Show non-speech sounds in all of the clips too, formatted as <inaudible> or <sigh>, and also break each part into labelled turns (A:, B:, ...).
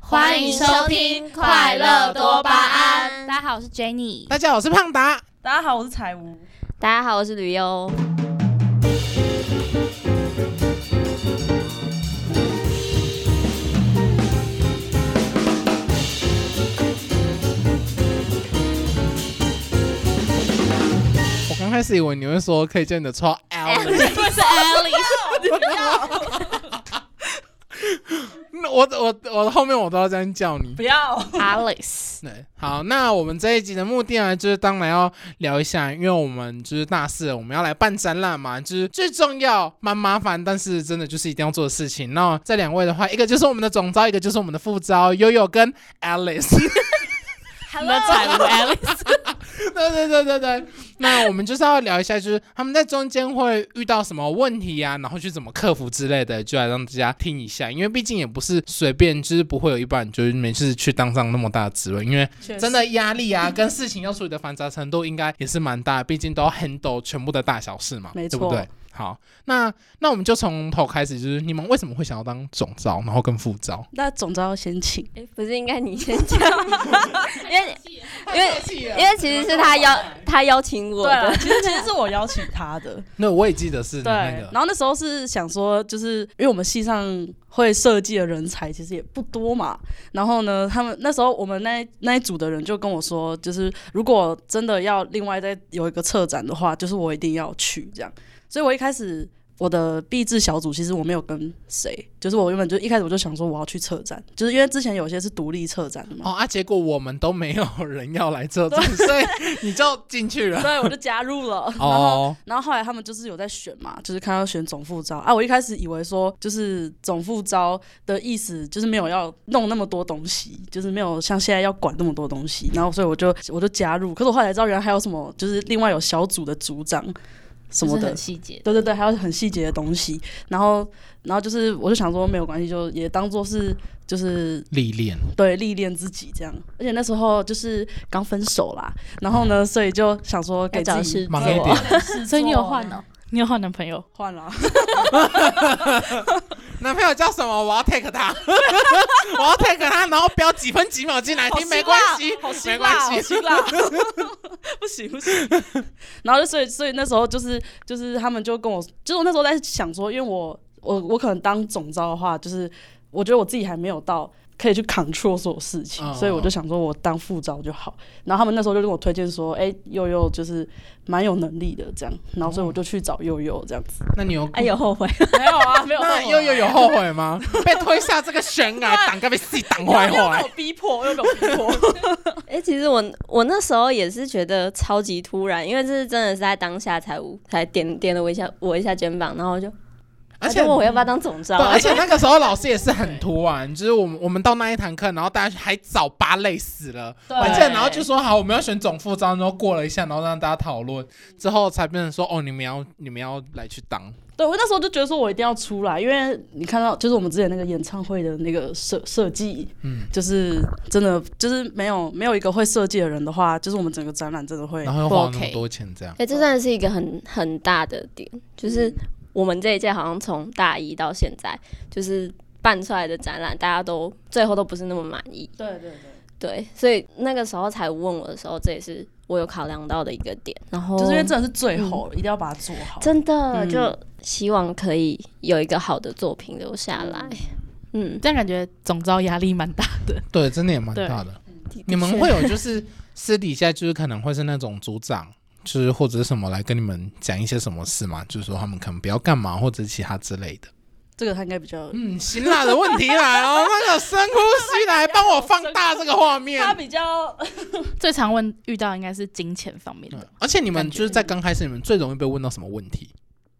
A: 欢迎收听快乐多巴胺
B: 大家好，我是 Jenny。
C: 大家好，我是胖达。
D: 大家好，我是彩吴。
A: 大家好，我是吕优。
C: 我刚开始以为你会说可以叫你的绰号 Alice，
A: 我是 Alice，
C: 那我我我后面我都要这样叫你。
D: 不要，
A: Alice，
C: 对，好，那我们这一集的目的呢，就是当然要聊一下，因为我们就是大四了，我们要来办展览嘛，就是最重要、蛮麻烦，但是真的就是一定要做的事情。那这两位的话，一个就是我们的总招，一个就是我们的副招，悠悠跟 Alice。
A: 我们的彩虹 Alice，
C: 对 <laughs> 对对对对，那我们就是要聊一下，就是他们在中间会遇到什么问题啊，然后去怎么克服之类的，就来让大家听一下，因为毕竟也不是随便，就是不会有一般人就是每次去当上那么大的职位，因为真的压力啊， <laughs> 跟事情要处理的繁杂程度应该也是蛮大的，毕竟都要 handle 全部的大小事嘛，
D: 没
C: 对不
D: 错
C: 对？好，那那我们就从头开始，就是你们为什么会想要当总招，然后跟副
D: <laughs>
C: 招？
D: 那总招要先请，
A: 哎不是应该你先讲吗？因为因为因为其实是他邀他邀请我
D: 对啊，
A: 的，
D: 其 <laughs> 实其实是我邀请他的， <laughs>
C: 那我也记得是你
D: 对。
C: 那个
D: 然，后那时候是想说，就是因为我们系上会设计的人才其实也不多嘛，然后呢，他们那时候我们那一那一组的人就跟我说，就是如果真的要另外再有一个策展的话，就是我一定要去这样。所以我一开始。我的毕制小组其实我没有跟谁，就是我原本就一开始我就想说我要去策展，就是因为之前有些是独立策展的嘛，
C: 哦啊，结果我们都没有人要来这种，所以你就进去了。
D: 对，我就加入 <laughs> 了。然后，
C: 哦，
D: 然后后来他们就是有在选嘛，就是看到选总副招啊。我一开始以为说，就是总副招的意思就是没有要弄那么多东西，就是没有像现在要管那么多东西。然后，所以我就我就加入。可是我后来才知道，原来还有什么，就是另外有小组的组长什么
A: 就是
D: 的
A: 很。细
D: <laughs>
A: 节。
D: 对对对，还有很细节的东西，然后，然后就是，我就想说没有关系，就也当做是就是
C: 历练
D: 对，历练自己这样。而且那时候就是刚分手啦，然后
A: 嗯
D: 呢，所以就想说
A: 哎
D: 给自己
C: 忙一点。
B: 所以你有换哦？你有换男朋友？
D: 换了，
C: 男朋友叫什么？我要 take 他，我要 take 他，然后标几分几秒进来听，没关系，没关系。
D: 辛辣，不行不行。 <laughs> 然后就所以所以那时候就是就是他们就跟我，就是我那时候在想说，因为我我我可能当总招的话，就是我觉得我自己还没有到。可以去 control 所有事情，
C: 嗯
D: 所以我就想说，我当副招就好。然后他们那时候就跟我推荐说，哎、悠悠就是蛮有能力的这样。然后所以我就去找悠悠这样子。
C: 那你有？
A: 哎，有后悔？
D: 没有啊，没有
C: 那悠悠有后悔吗？被推下这个悬崖，挡个被戏挡坏
D: <laughs>
C: 坏。
D: 逼迫，又被我逼迫。
A: <laughs> 哎、其实我我那时候也是觉得超级突然，因为这是真的是在当下才无才点点了我一下我一下肩膀，然后我就他
C: 而且
A: 就问我要不要当总招、
C: 对，
A: 啊
C: 而，且那个时候老师也是很突然，就是我们我们到那一堂课，然后大家还早八累死了，
D: 对
C: 而且然后就说好我们要选总副招，然后过了一下，然后让大家讨论之后才变成说哦你们要你们要来去当，
D: 对我那时候就觉得说我一定要出来，因为你看到就是我们之前那个演唱会的那个设设计，
C: 嗯，
D: 就是真的就是没有没有一个会设计的人的话，就是我们整个展览真的会
C: 然后又
B: 不
C: 花了那么
B: OK
C: 多钱这样
A: 哎、。这真的是一个很很大的点，就是
D: 嗯
A: 我们这一届好像从大一到现在，就是办出来的展览，大家都最后都不是那么满意。
D: 对对对，
A: 对，所以那个时候才问我的时候，这也是我有考量到的一个点。然后
D: 就是因为真的是最后、一定要把它做好。
A: 哦嗯真的
D: 嗯
A: 就希望可以有一个好的作品留下来。嗯，
B: 但感觉总招压力蛮大的。
C: 对，真的也蛮大的。你们会有就是私底下就是可能会是那种组长，就是或者是什么来跟你们讲一些什么事吗？就是说他们可能不要干嘛或者其他之类的。
D: 这个他应该比较，
C: 嗯，辛辣的问题来 <laughs> 哦，那个深呼吸来帮我放大这个画面。
D: 他比较
B: 最常问遇到应该是金钱方面的
C: 嗯，而且你们就是在刚开始，你们最容易被问到什么问题？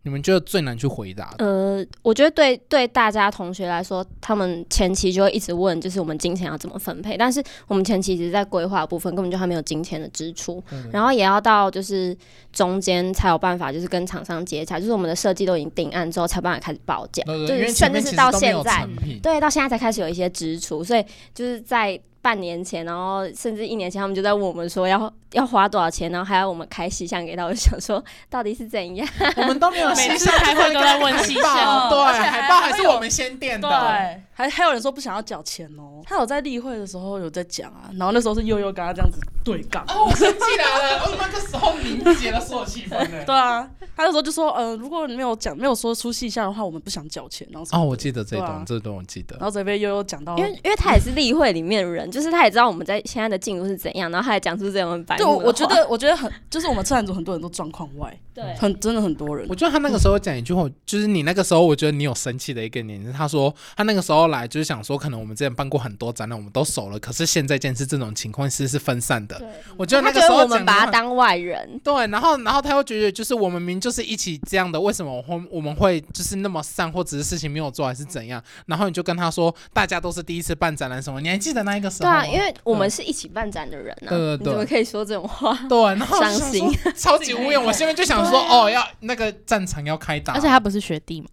C: 你们觉得最难去回答的？
A: 呃，我觉得对对大家同学来说，他们前期就会一直问，就是我们金钱要怎么分配。但是我们前期只是在规划的部分，根本就还没有金钱的支出，
C: 嗯
A: 然后也要到就是中间才有办法，就是跟厂商接洽，就是我们的设计都已经定案之后，才有办法开始报价，
C: 对
A: 就
C: 对对，因
A: 是甚
C: 为前
A: 至
C: 面
A: 是
C: 其
A: 到
C: 实都没
A: 现
C: 有
A: 在，
C: 成品。
A: 对，到现在才开始有一些支出，所以就是在半年前，然后甚至一年前，他们就在问我们说要要花多少钱，然后还要我们开细项给他，我就想说到底是怎样？
C: 我们都没有
B: 每
C: 细
B: 次
C: 项
B: 开会都在问
C: 海
B: 细
C: 报
B: 项
C: 对，
D: 而且还
C: 海报还
D: 还
C: 是
D: 会有
C: 我们先垫的。
D: 对，还还有人说不想要缴钱哦。他有在例会的时候有在讲啊，然后那时候是悠悠跟他这样子对杠。
C: 哦，我生气来了，哦，那个时候凝结了所有气氛呢。
D: 对啊，他那时候就说，呃，如果你没有讲，没有说出细项的话，我们不想缴钱，然后什么
C: 哦，我记得这一
D: 对啊
C: 段，这段我记得
D: 然。后直接被悠悠讲到，
A: 因为因为他也是例会里面的人，就是他也知道我们在现在的进度是怎样，然后他也讲出这种白目
D: 对，
A: 的
D: 我我觉
A: 话
D: 得我觉得很，就是我们策展组很多人都状况外，
A: 对
D: 很真的很多人
C: 我。觉得他那个时候讲一句话，就是你那个时候，我觉得你有生气的一个点是，他说他那个时候来就是想说，可能我们之前办过很多展览，我们都熟了，可是现在见是这种情况是是分散的。我觉得
A: 他
C: 那
A: 觉
C: 个时
A: 得
C: 候
A: 我
C: 讲
A: 们
C: 的
A: 把他
C: 很
A: 当外人，
C: 对，然后然后他又觉得就是我们明明就是一起这样的，为什么我会我们会就是那么散，或只是事情没有做还是怎样？然后你就跟他说，大家都是第一次办展览什么，你还记得那一个时
A: 对
C: 候吗？
A: 啊，因为我们是一起办展的人啊，
C: 对对
A: 你
C: 对
A: 怎么可以说这种话？
C: 对，然后我就想
A: 伤啊
C: 说超级无言，我现在就想说，哦，要那个战场要开打，
B: 而且他不是学弟吗？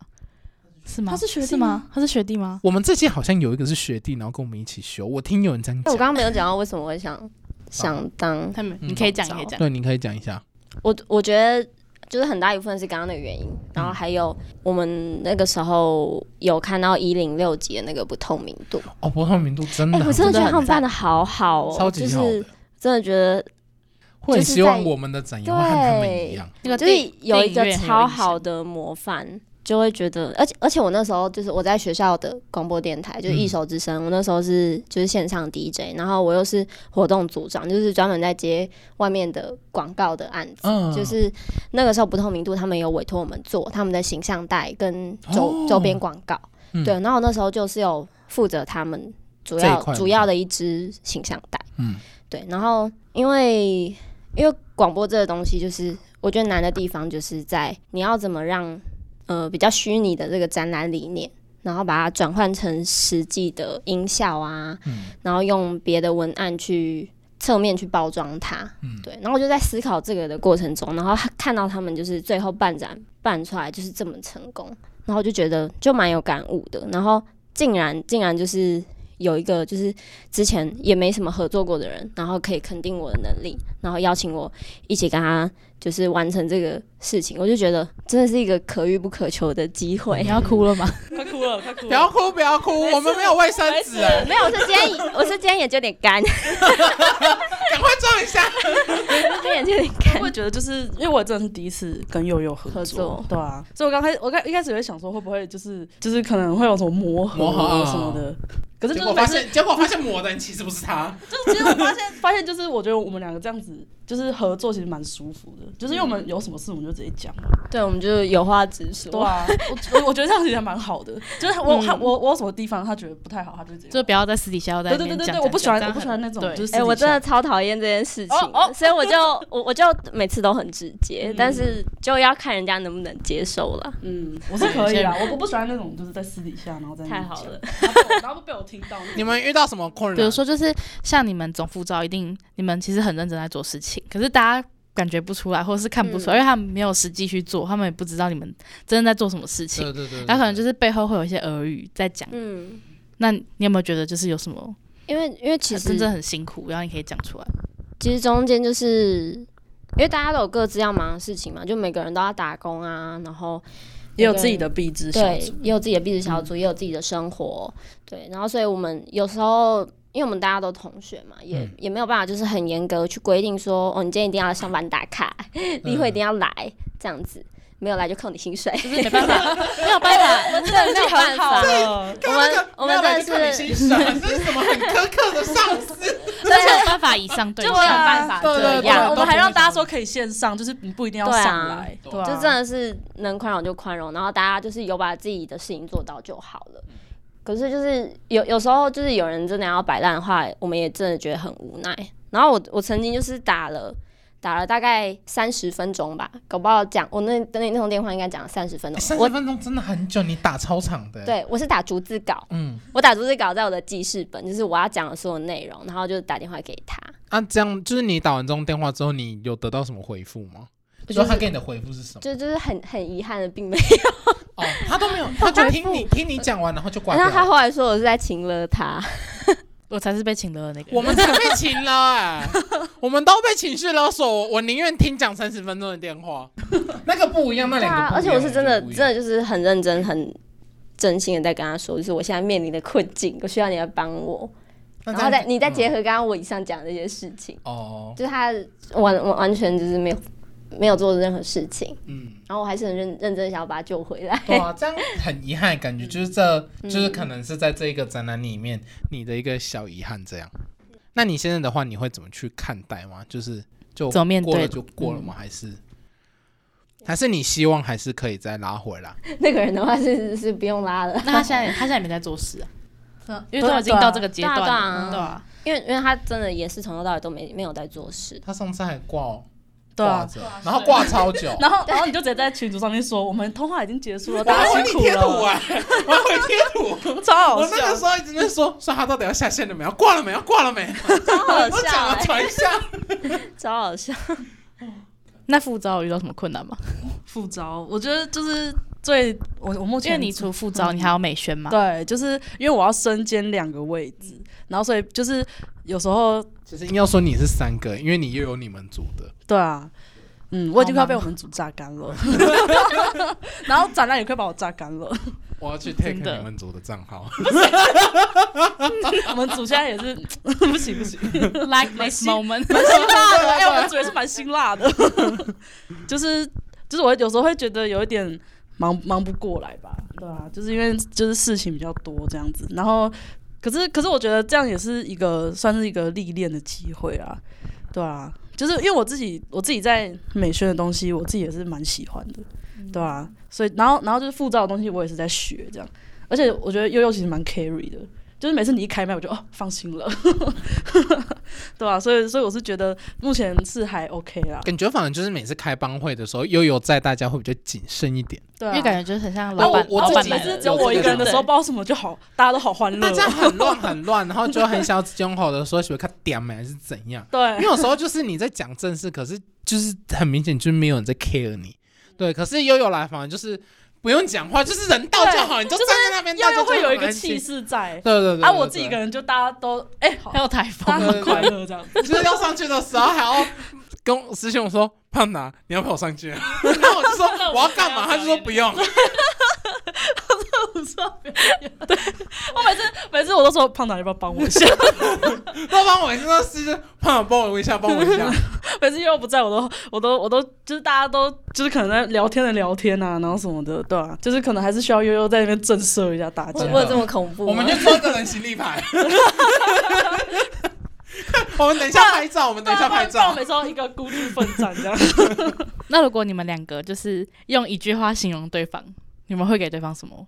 B: 是吗？
D: 他是学弟
B: 是吗？他是学弟吗？
C: 我们这届好像有一个是学弟，然后跟我们一起修，我听有人这样
A: 哎那我
C: 讲。
A: 刚刚没有讲到为什么我会想
C: <laughs>
A: 想当
B: 他没，
C: 嗯
B: 你可以讲，你
A: 懂
B: 可以讲。
C: 对，你可以讲一下。
A: 我，我觉得就是很大一部分是刚刚那个原因，然
C: 嗯
A: 后还有我们那个时候有看到一零六级的那个不透明度，
C: 哦，不透明度真的
A: 哎、
C: 很，
A: 我真的觉得他
B: 很
A: 们
B: 赞
A: 办的好好哦，
C: 超
A: 就
C: 级好的
A: 是真的觉得
C: 会很
A: 就是
C: 希望
A: 在
C: 我们的展也会和他们一样。
B: 那个
A: 就是
B: 电
A: 有一
B: 电
A: 个
B: 影院很
A: 超
B: 影
A: 好
B: 响
A: 的模范，就会觉得，而且而且我那时候就是我在学校的广播电台，就是
C: 嗯
A: 一手之声，我那时候是就是线上 DJ，然后我又是活动组长，就是专门在接外面的广告的案子。
C: 嗯，
A: 就是那个时候不透明度，他们有委托我们做他们的形象带跟周、
C: 哦
A: 周边广告，
C: 嗯
A: 对。然后我那时候就是有负责他们主
C: 这一
A: 要
C: 块
A: 主要的一支形象带，
C: 嗯
A: 对。然后因为因为广播这个东西，就是我觉得难的地方就是在你要怎么让呃比较虚拟的这个展览理念。然后把它转换成实际的音效啊，
C: 嗯
A: 然后用别的文案去侧面去包装它，
C: 嗯，
A: 对，然后我就在思考这个的过程中，然后看到他们就是最后办展办出来就是这么成功，然后我就觉得就蛮有感悟的，然后竟然竟然就是有一个就是之前也没什么合作过的人，然后可以肯定我的能力，然后邀请我一起跟他就是完成这个事情，我就觉得真的是一个可遇不可求的机会
B: 你。要哭了吗？
D: 快哭了，快哭
C: 不要哭，不要哭，我们没有卫生纸，赶
A: 没有，我是今天我是今天眼睛有点干， <laughs>
C: <laughs> 快装一下。
A: 今天眼睛有点干
D: 我。会觉得就是因为我真的是第一次跟悠悠合
A: 合作
D: 对啊，所以我刚开我刚一开始也想说会不会就是就是可能会有什么磨合
C: 磨合啊
D: 什么的，可是
C: 结
D: 就
C: 果
D: 是
C: 发
D: 每次
C: 现，结果发现抹的人其实不是他，
D: 就是其实我发现发现就是我觉得我们两个这样子就是合作其实蛮舒服的，就是因为我们有什么事我们就直接讲，
A: 对，我们就有话直说。
D: 对啊，我我我觉得这样子也蛮好的，就是我、
A: 嗯
D: 他我我有什么地方他觉得不太好，他就直接
B: 就不要在私底下又在
D: 对
B: 那
D: 对
B: 边
D: 对对
B: 讲
D: 对，
B: 讲
D: 我不喜欢
B: 讲
D: 我不喜欢那种
B: 对
D: 就是私
A: 哎、
D: 底
A: 我真
D: 下
A: 的超讨厌这件事情的，
D: 哦哦
A: 所以我就我我就每次都很直接，
D: 嗯
A: 但是就要看人家能不能接受了。
D: 嗯，我是可以啦，我我不喜欢那种就是在私底下然后在那边
A: 太好
D: 讲
A: 了，
D: 然后被我然后被我听到那种，
C: 你们遇到什么困扰？
B: 比如说，就是像你们总副招，一定你们其实很认真在做事情，可是大家感觉不出来，或者是看不出来，
A: 嗯
B: 因为他们没有实际去做，他们也不知道你们真的在做什么事情
C: 对，。对对对，
B: 然后可能就是是背后会有一些耳语在讲。
A: 嗯，
B: 那你有没有觉得就是有什么
A: 因为因为其
B: 真正
A: 实
B: 很辛苦，然后你可以讲出来？
A: 其实中间就是因为大家都有各自要忙的事情嘛，就每个人都要打工啊，然后
D: 也有自己的壁纸小
A: 对
D: 组，，嗯
A: 也有自己的壁纸小组，也有自己的生活，对，然后所以我们有时候。因为我们大家都同学嘛，也、
C: 嗯
A: 也没有办法，就是很严格去规定说，哦，你今天一定要上班打卡， <laughs> 例会一
D: 嗯
A: 定要来，这样子，没有来就扣你薪水，
B: 就是没办
A: <laughs>
B: 法，没有办 <laughs> 法，
A: 真的没有办法。
D: 了，
A: 啊我们我们真的
C: 看你
A: 是，
C: 欣赏，这是什么很苛刻的上司？
B: 真的没有办法以上对
A: 就
B: 下。
A: 没有办法
C: 对对
A: 这
C: 对
A: 样，
D: 我
C: 都
D: 们还
C: 不
D: 让
C: 会
D: 大家
C: 想
D: 说可以线上，就是你不一定要
A: 对啊
D: 上来，对啊，
A: 就真的是能宽容就宽容，然后大家就是有把自己的事情做到就好了。可是就是有有时候就是有人真的要摆烂的话，我们也真的觉得很无奈。然后我我曾经就是打了打了大概三十分钟吧，搞不好讲我那那那通电话应该讲了三十分钟。
C: 三
A: <laughs>
C: 十
A: 我
C: 分钟真的很久，你打超长的。，
A: 对我是打逐字稿，
C: 嗯，
A: 我打逐字稿在我的记事本，就是我要讲的所有内容，然后就打电话给他。
C: 那这样就是你打完这通电话之后，你有得到什么回复吗？
A: 就是
C: 说他给你的回复是什么？
A: 就就是很很遗憾的，并没
C: 哦，他都没有，他就听你听你讲完，然后就挂掉
A: 然后他
C: 了。
A: 后来说我是在情勒他，
B: 我才是被请的那个人。
C: 我们才被情勒
A: <laughs>
C: 哎、我们都被情绪勒索。我我宁愿听讲三十分钟 <laughs> 的电话，那个不一样，那
A: 对
C: 两个
A: 啊，
C: 不一样
A: 而且我是真的
C: 我觉得不一
A: 真
C: 样
A: 的就是很认真很真心的在跟他说，就是我现在面临的困境，我需要你来帮我。
C: 那
A: 然
C: 这
A: 后
C: 样
A: 再你再结
C: 嗯
A: 合刚刚我以上讲的这些事情，
C: 哦，
A: 就是他完完完全就是没有没有做任何事情，
C: 嗯。
A: 然后我还是很认认真地想要把他救回来。
C: 对啊，这样很遗憾，感觉就是这，就是可能是在这一个展览里面你的一个小遗憾这样。那你现在的话，你会怎么去看待吗？就是就
B: 怎么面
C: 过
B: 对
C: 了就过了吗？还是还是你希望还是可以再拉回来？
A: <laughs> 那个人的话是是不用拉了，
B: 那他现在他现在也没在做事啊，因为都已经到这个阶段
A: 对啊
B: 了，
A: 对
B: 对啊，
A: 因为因为他真的也是从头到尾都没没有在做事。
C: 他上次还挂哦
D: 对
C: 挂
D: 啊。
C: 着，然后挂超久，
D: 然后，然后你就直接在群组上面说，我们通话已经结束了，
C: 我
D: 大
C: 还
D: 家
C: 会
D: 辛苦
C: 贴图
D: 了，
C: 啊，我还会贴图。
D: 超好
C: 我
D: 笑
C: 那个。时候一直在说，说他到底要下线了没有？挂了没有？挂了没有？
A: 超好
C: 我
A: 笑、
C: 讲了啊
A: 欸，
C: 传一下。
A: 超好笑。
B: 那副招有遇到什么困难吗？
D: 副招，我觉得就是最我我目
B: 因
D: 前
B: 为你除副招，你还有美宣嘛，
D: 对，就是因为我要身兼两个位置，然后所以就是有时候
C: 其实硬要说你是三个，因为你又有你们组的。
D: 对啊，嗯，我已经快
B: 好忙
D: 被我们组榨干了， <laughs> 然后展览也快把我榨干了。
C: 我要
D: 嗯
C: 去 take
B: 真的
C: 你们组的账号， <laughs>
D: 我们组现在也是 <laughs> 不行不行，
B: ，like this moment，
D: 辛辣的，哎，我们组也是蛮辛辣的，就是就是我有时候会觉得有一点忙忙不过来吧，对啊，就是因为就是事情比较多这样子，然后可是可是我觉得这样也是一个算是一个历练的机会啊，对啊，就是因为我自己我自己在美宣的东西，我自己也是蛮喜欢的，对啊，所以然后然后就是复照的东西，我也是在学这样，而且我觉得悠悠其实蛮 carry 的。就是每次你一开麦，我就哦放心了， <laughs> 对吧、所以所以我是觉得目前是还 OK 啦，
C: 感觉反正就是每次开帮会的时候，悠悠在大家会比较谨慎一点，
D: 对
B: 因
D: 啊，
B: 为感觉就是很像
C: 啊
B: 老板，
C: 我
B: 老
C: 自
B: 板
C: 己
B: 来
D: 是
B: 了
D: 只有我一个人的时候，
B: 对
D: 不知道什么就好，大家都好欢乐
C: 大。家很乱很乱，然后就很想要用好的说，喜欢看点美还是怎
D: <laughs>
C: 样。因为
D: 对，
C: 有时候就是你在讲正事，可是就是很明显就是没有人在 care 你，对。可是悠悠来，反正就是不用讲话，就是人到就好，你就站在那边，大
D: 要
C: 家
D: 要
C: 就
D: 会有一
C: 很
D: 个
C: 安心
D: 气，势在。
C: 对对对。
D: 啊，
C: 对
D: 我自己一个，人就大家都哎，好
B: 还，有台
D: 大
B: 风，
D: 家很快乐这样。 <laughs>
C: 对就是要上去的时候还要跟师兄说。胖达，你要不要我上去？然后我
D: <laughs>
C: 就说我要干嘛，他就说不用。
D: 我说不要对，我每次每次我都说胖达要不要帮我一下， <laughs>
C: 那帮我一下，是胖达帮我一下，帮我一下。
D: 每次因为我不在，我都我都我都就是大家都就是可能在聊天的聊天啊，然后什么的，对啊，就是可能还是需要悠悠在那边震慑一下大
A: 我
D: 家
C: 真。的
A: 我有这么恐怖吗？
C: <laughs> 我
D: <laughs>
C: 们就做一个人形立牌。 <laughs> 我们等一下拍照，我们等一下拍
D: 对
C: 照
D: 啊不然不然我。每次都一个孤军奋战这样。
B: 那如果你们两个就是用一句话形容对方，你们会给对方什么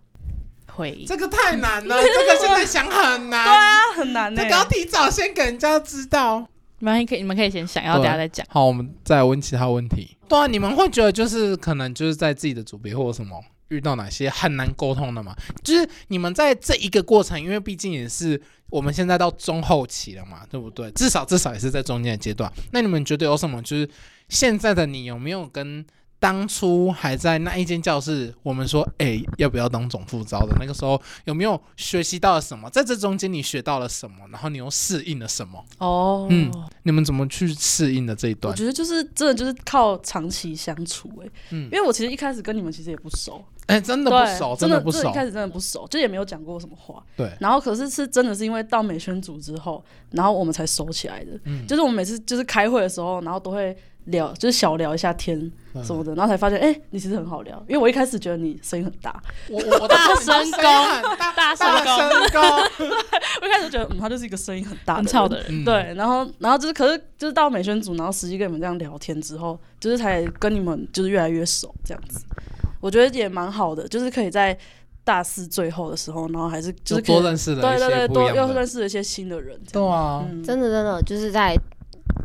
B: 回应？
C: 这个太难了，这个现在想很难，
D: <laughs> 他很难呢欸
C: 这个。要提早先给人家知道。
B: 你们可以你们可以先想，要等下再讲。
C: 好，我们再问其他问题。对啊，你们会觉得就是可能就是在自己的组别或者什么遇到哪些很难沟通的嘛？就是你们在这一个过程，因为毕竟也是我们现在到中后期了嘛，对不对？至少至少也是在中间的阶段。那你们觉得有什么？就是现在的你有没有跟当初还在那一间教室，我们说哎、要不要当总副招的那个时候，有没有学习到了什么？在这中间你学到了什么？然后你又适应了什么？
D: 哦
C: 嗯你们怎么去适应的这一
D: 我
C: 段？
D: 觉得就是真的就是靠长期相处哎、
C: 嗯
D: 因为我其实一开始跟你们其实也不熟，
C: 哎、真的
D: 对
C: 不熟，
D: 真
C: 的不
D: 真
C: 熟
D: 一。开始真的不熟，就也没有讲过什么话。
C: 对，
D: 然后可是是真的是因为到美宣组之后，然后我们才熟起来的。
C: 嗯
D: 就是我们每次就是开会的时候，然后都会聊，就是小聊一下天
C: 嗯
D: 什么的，然后才发现，哎、你其实很好聊。因为我一开始觉得你声音很大，
C: 我我我的
B: 大
C: 声
B: 声
C: 音
B: 公
C: 很大
B: 大声
C: 大
B: 公
C: 声高，
D: 我一开始觉得，嗯，他就是一个声音很大
B: 很
D: 的
B: 吵
D: 人
B: 的人，
C: 嗯，
D: 对，然后然后就是，可是就是到美宣组，然后实际跟你们这样聊天之后，就是才跟你们就是越来越熟这样子，我觉得也蛮好的，就是可以在大四最后的时候，然后还是
C: <laughs> 就
D: 就
C: 是
D: 可以
C: 多认识了
D: 对
C: 一
D: 对
C: 些
D: 对，
C: 不一
D: 多
C: 样
D: 又
C: 的
D: 认
C: 人。
D: 识了一些新的人这样，
C: 对啊，
D: 嗯，
A: 真的真的就是在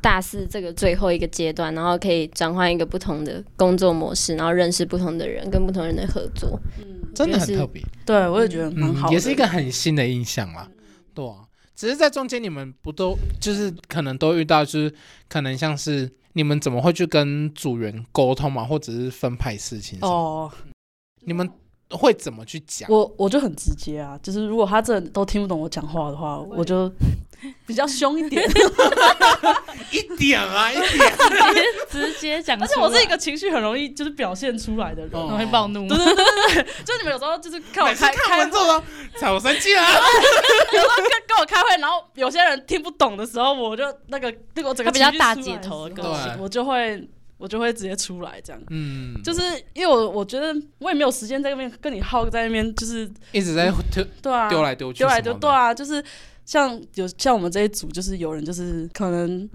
A: 大四这个最后一个阶段，然后可以转换一个不同的工作模式，然后认识不同的人，跟不同人的合作。
C: 真的很
A: 觉得是
C: 特别，
D: 对我也觉得嗯蛮
C: 嗯，
D: 好的，
C: 也是一个很新的印象啦。对啊，只是在中间你们不都就是可能都遇到，就是可能像是你们怎么会去跟组员沟通嘛，或者是分派事情什么？
D: 哦，
C: 你们会怎么去讲？
D: 我我就很直接啊，就是如果他真的都听不懂我讲话的话，我就比较凶
C: <laughs>
D: 一点，
C: 一点啊，一点。
B: 直接讲出来，
D: 而且我是一个情绪很容易就是表现出来的人。
C: 哦
B: 很容易暴怒，
D: 对对对对对，就是你们有时候就是看我
C: 每次
D: 开
C: 看
D: 开
C: 完之后，操，我生气啊了。
D: 有时候跟跟我开会，然后有些人听不懂的时候，我就那个那个我整个
B: 他比较
D: 情绪出
B: 大
D: 来
B: 姐头的
D: 时
B: 个
D: 候
C: 性对
D: 我就会我就会直接出来这样。
C: 嗯，
D: 就是因为我我觉得我也没有时间在那边跟你耗在那边，就是
C: 一直在丢
D: 对啊，
C: 丢来丢去，
D: 丢来丢对。啊，就是像有像我们这一组，就是有人就是可能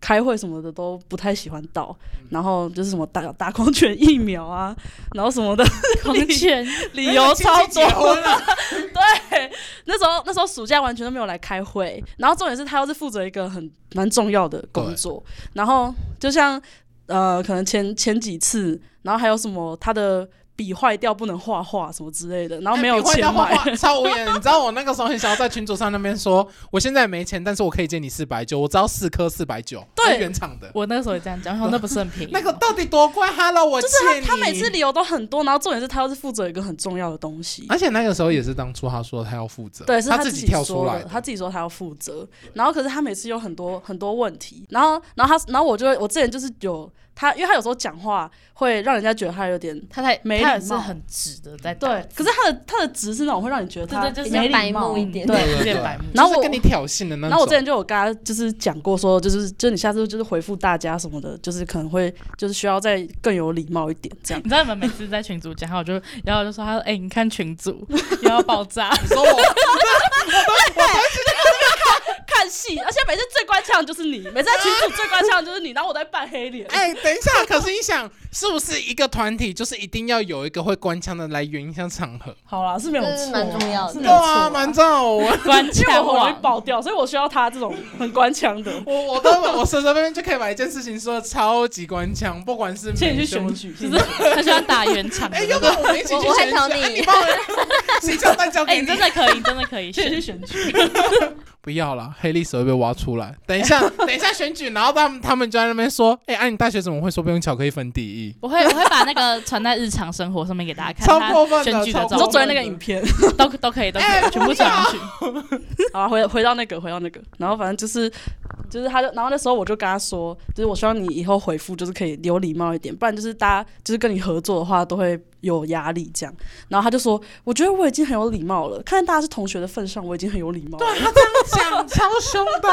D: 开会什么的都不太喜欢到，
C: 嗯
D: 然后就是什么打打狂犬疫苗啊， <laughs> 然后什么的
B: 狂犬，
D: <laughs> 理由超
C: 结
D: 多。
C: 婚了，
D: <laughs> 对，那时候那时候暑假完全都没有来开会，然后重点是他又是负责一个很蛮重要的工作，然后就像呃，可能前前几次，然后还有什么他的笔坏掉不能画画什么之类的，然后没有
C: 哎比
D: 钱
C: 坏掉画
D: 买，
C: 画 <laughs> 超无言。你知道我那个时候很想要在群主上那边说，我现在没钱，但是我可以借你四百九，我只要四颗四百九，
D: 对
C: 是原厂的。
B: 我那个时候也这样讲，然后那不是很便宜，
C: 那个到底多贵？Hello，我
D: 就
C: 借
D: 是他
C: 你。
D: 他每次理由都很多，然后重点是他又是负责一个很重要的东西。
C: 而且那个时候也是当初他说他要负责，
D: 对，是
C: 他
D: 哎自
C: 己跳
D: 说
C: 出来
D: 的，他自己说他要负责，然后可是他每次有很多很多问题，然后然后他然后我就会我之前就是有他，因为他有时候讲话会让人家觉得他有点
B: 他才
D: 没礼
B: 他也是
D: 貌
B: 很直的在打
D: 对，可是他的他的值是那种会让你觉得他
B: 对对就是
D: 没
A: 白
D: 礼
A: 目
D: 貌
A: 一点
D: 对，
B: 有点白目，
D: 然后
C: 就是
D: 我
C: 跟你挑衅的那种。
D: 然后我之前就有跟他就是讲过说，就是就你下次就是回复大家什么的，就是可能会就是需要再更有礼貌一点这样。
B: 你知道你们每次在群组讲话，我就然后我就说他说哎、你看群组 <laughs> 又要爆炸，
C: 你说我 <laughs>
D: 看戏，而且每次最官腔的就是你，每次在群组最官腔的就是你，然后我在扮黑脸。
C: 哎、等一下，可是你想，是不是一个团体就是一定要有一个会关腔的来圆一下场合？
D: 好啦，是没有
A: 这是
D: 错，
A: 蛮重要的
D: 是没
C: 对
D: 有错
C: 啊，蛮重要。我。
B: 关
D: 因为
B: 键
D: 我很容易
B: 网
D: 爆掉，所以我需要他这种很官腔的
C: 我我都我随随便便就可以把一件事情说的超级关腔，不管是
D: 请你去选
C: 选。
D: 举，就
B: 就是是他喜欢打圆场的
C: 哎、
B: 那
C: 要
B: 种，
C: 不然我们一起去
A: 我我
C: 选
A: 还挑
C: 举？哎
A: 你
C: 你
A: <laughs>
C: 帮我，谁叫蛋交
B: 哎、
C: 给
B: 你
C: 你？
B: 真的可以，你真的
C: <laughs>
B: 可以
D: 请你去
B: 选，
D: 选举。
C: 不要了，黑历史会被挖出来。等一下， <laughs> 等一下选举，然后他们他们就在那边说：“哎、啊，你大学怎么会说不用巧克力粉底液？”
B: 我会我会把那个传在日常生活上面给大家看，
C: 超
B: 他
C: 过分的
B: 选举的
C: 超
D: 你
B: 照
D: 说
C: 过
D: 昨
B: 片
C: 分
D: 天那个影片，
B: 都都可以都可
C: 哎
B: 以全部传上去，
D: 好啦，回回到那个，回到那个，然后反正就是，就是他就，然后那时候我就跟他说，就是我希望你以后回复就是可以有礼貌一点，不然就是大家就是跟你合作的话都会有压力这样。然后他就说，我觉得我已经很有礼貌了，看在大家是同学的份上，我已经很有礼貌了。
C: 他这样讲超凶的，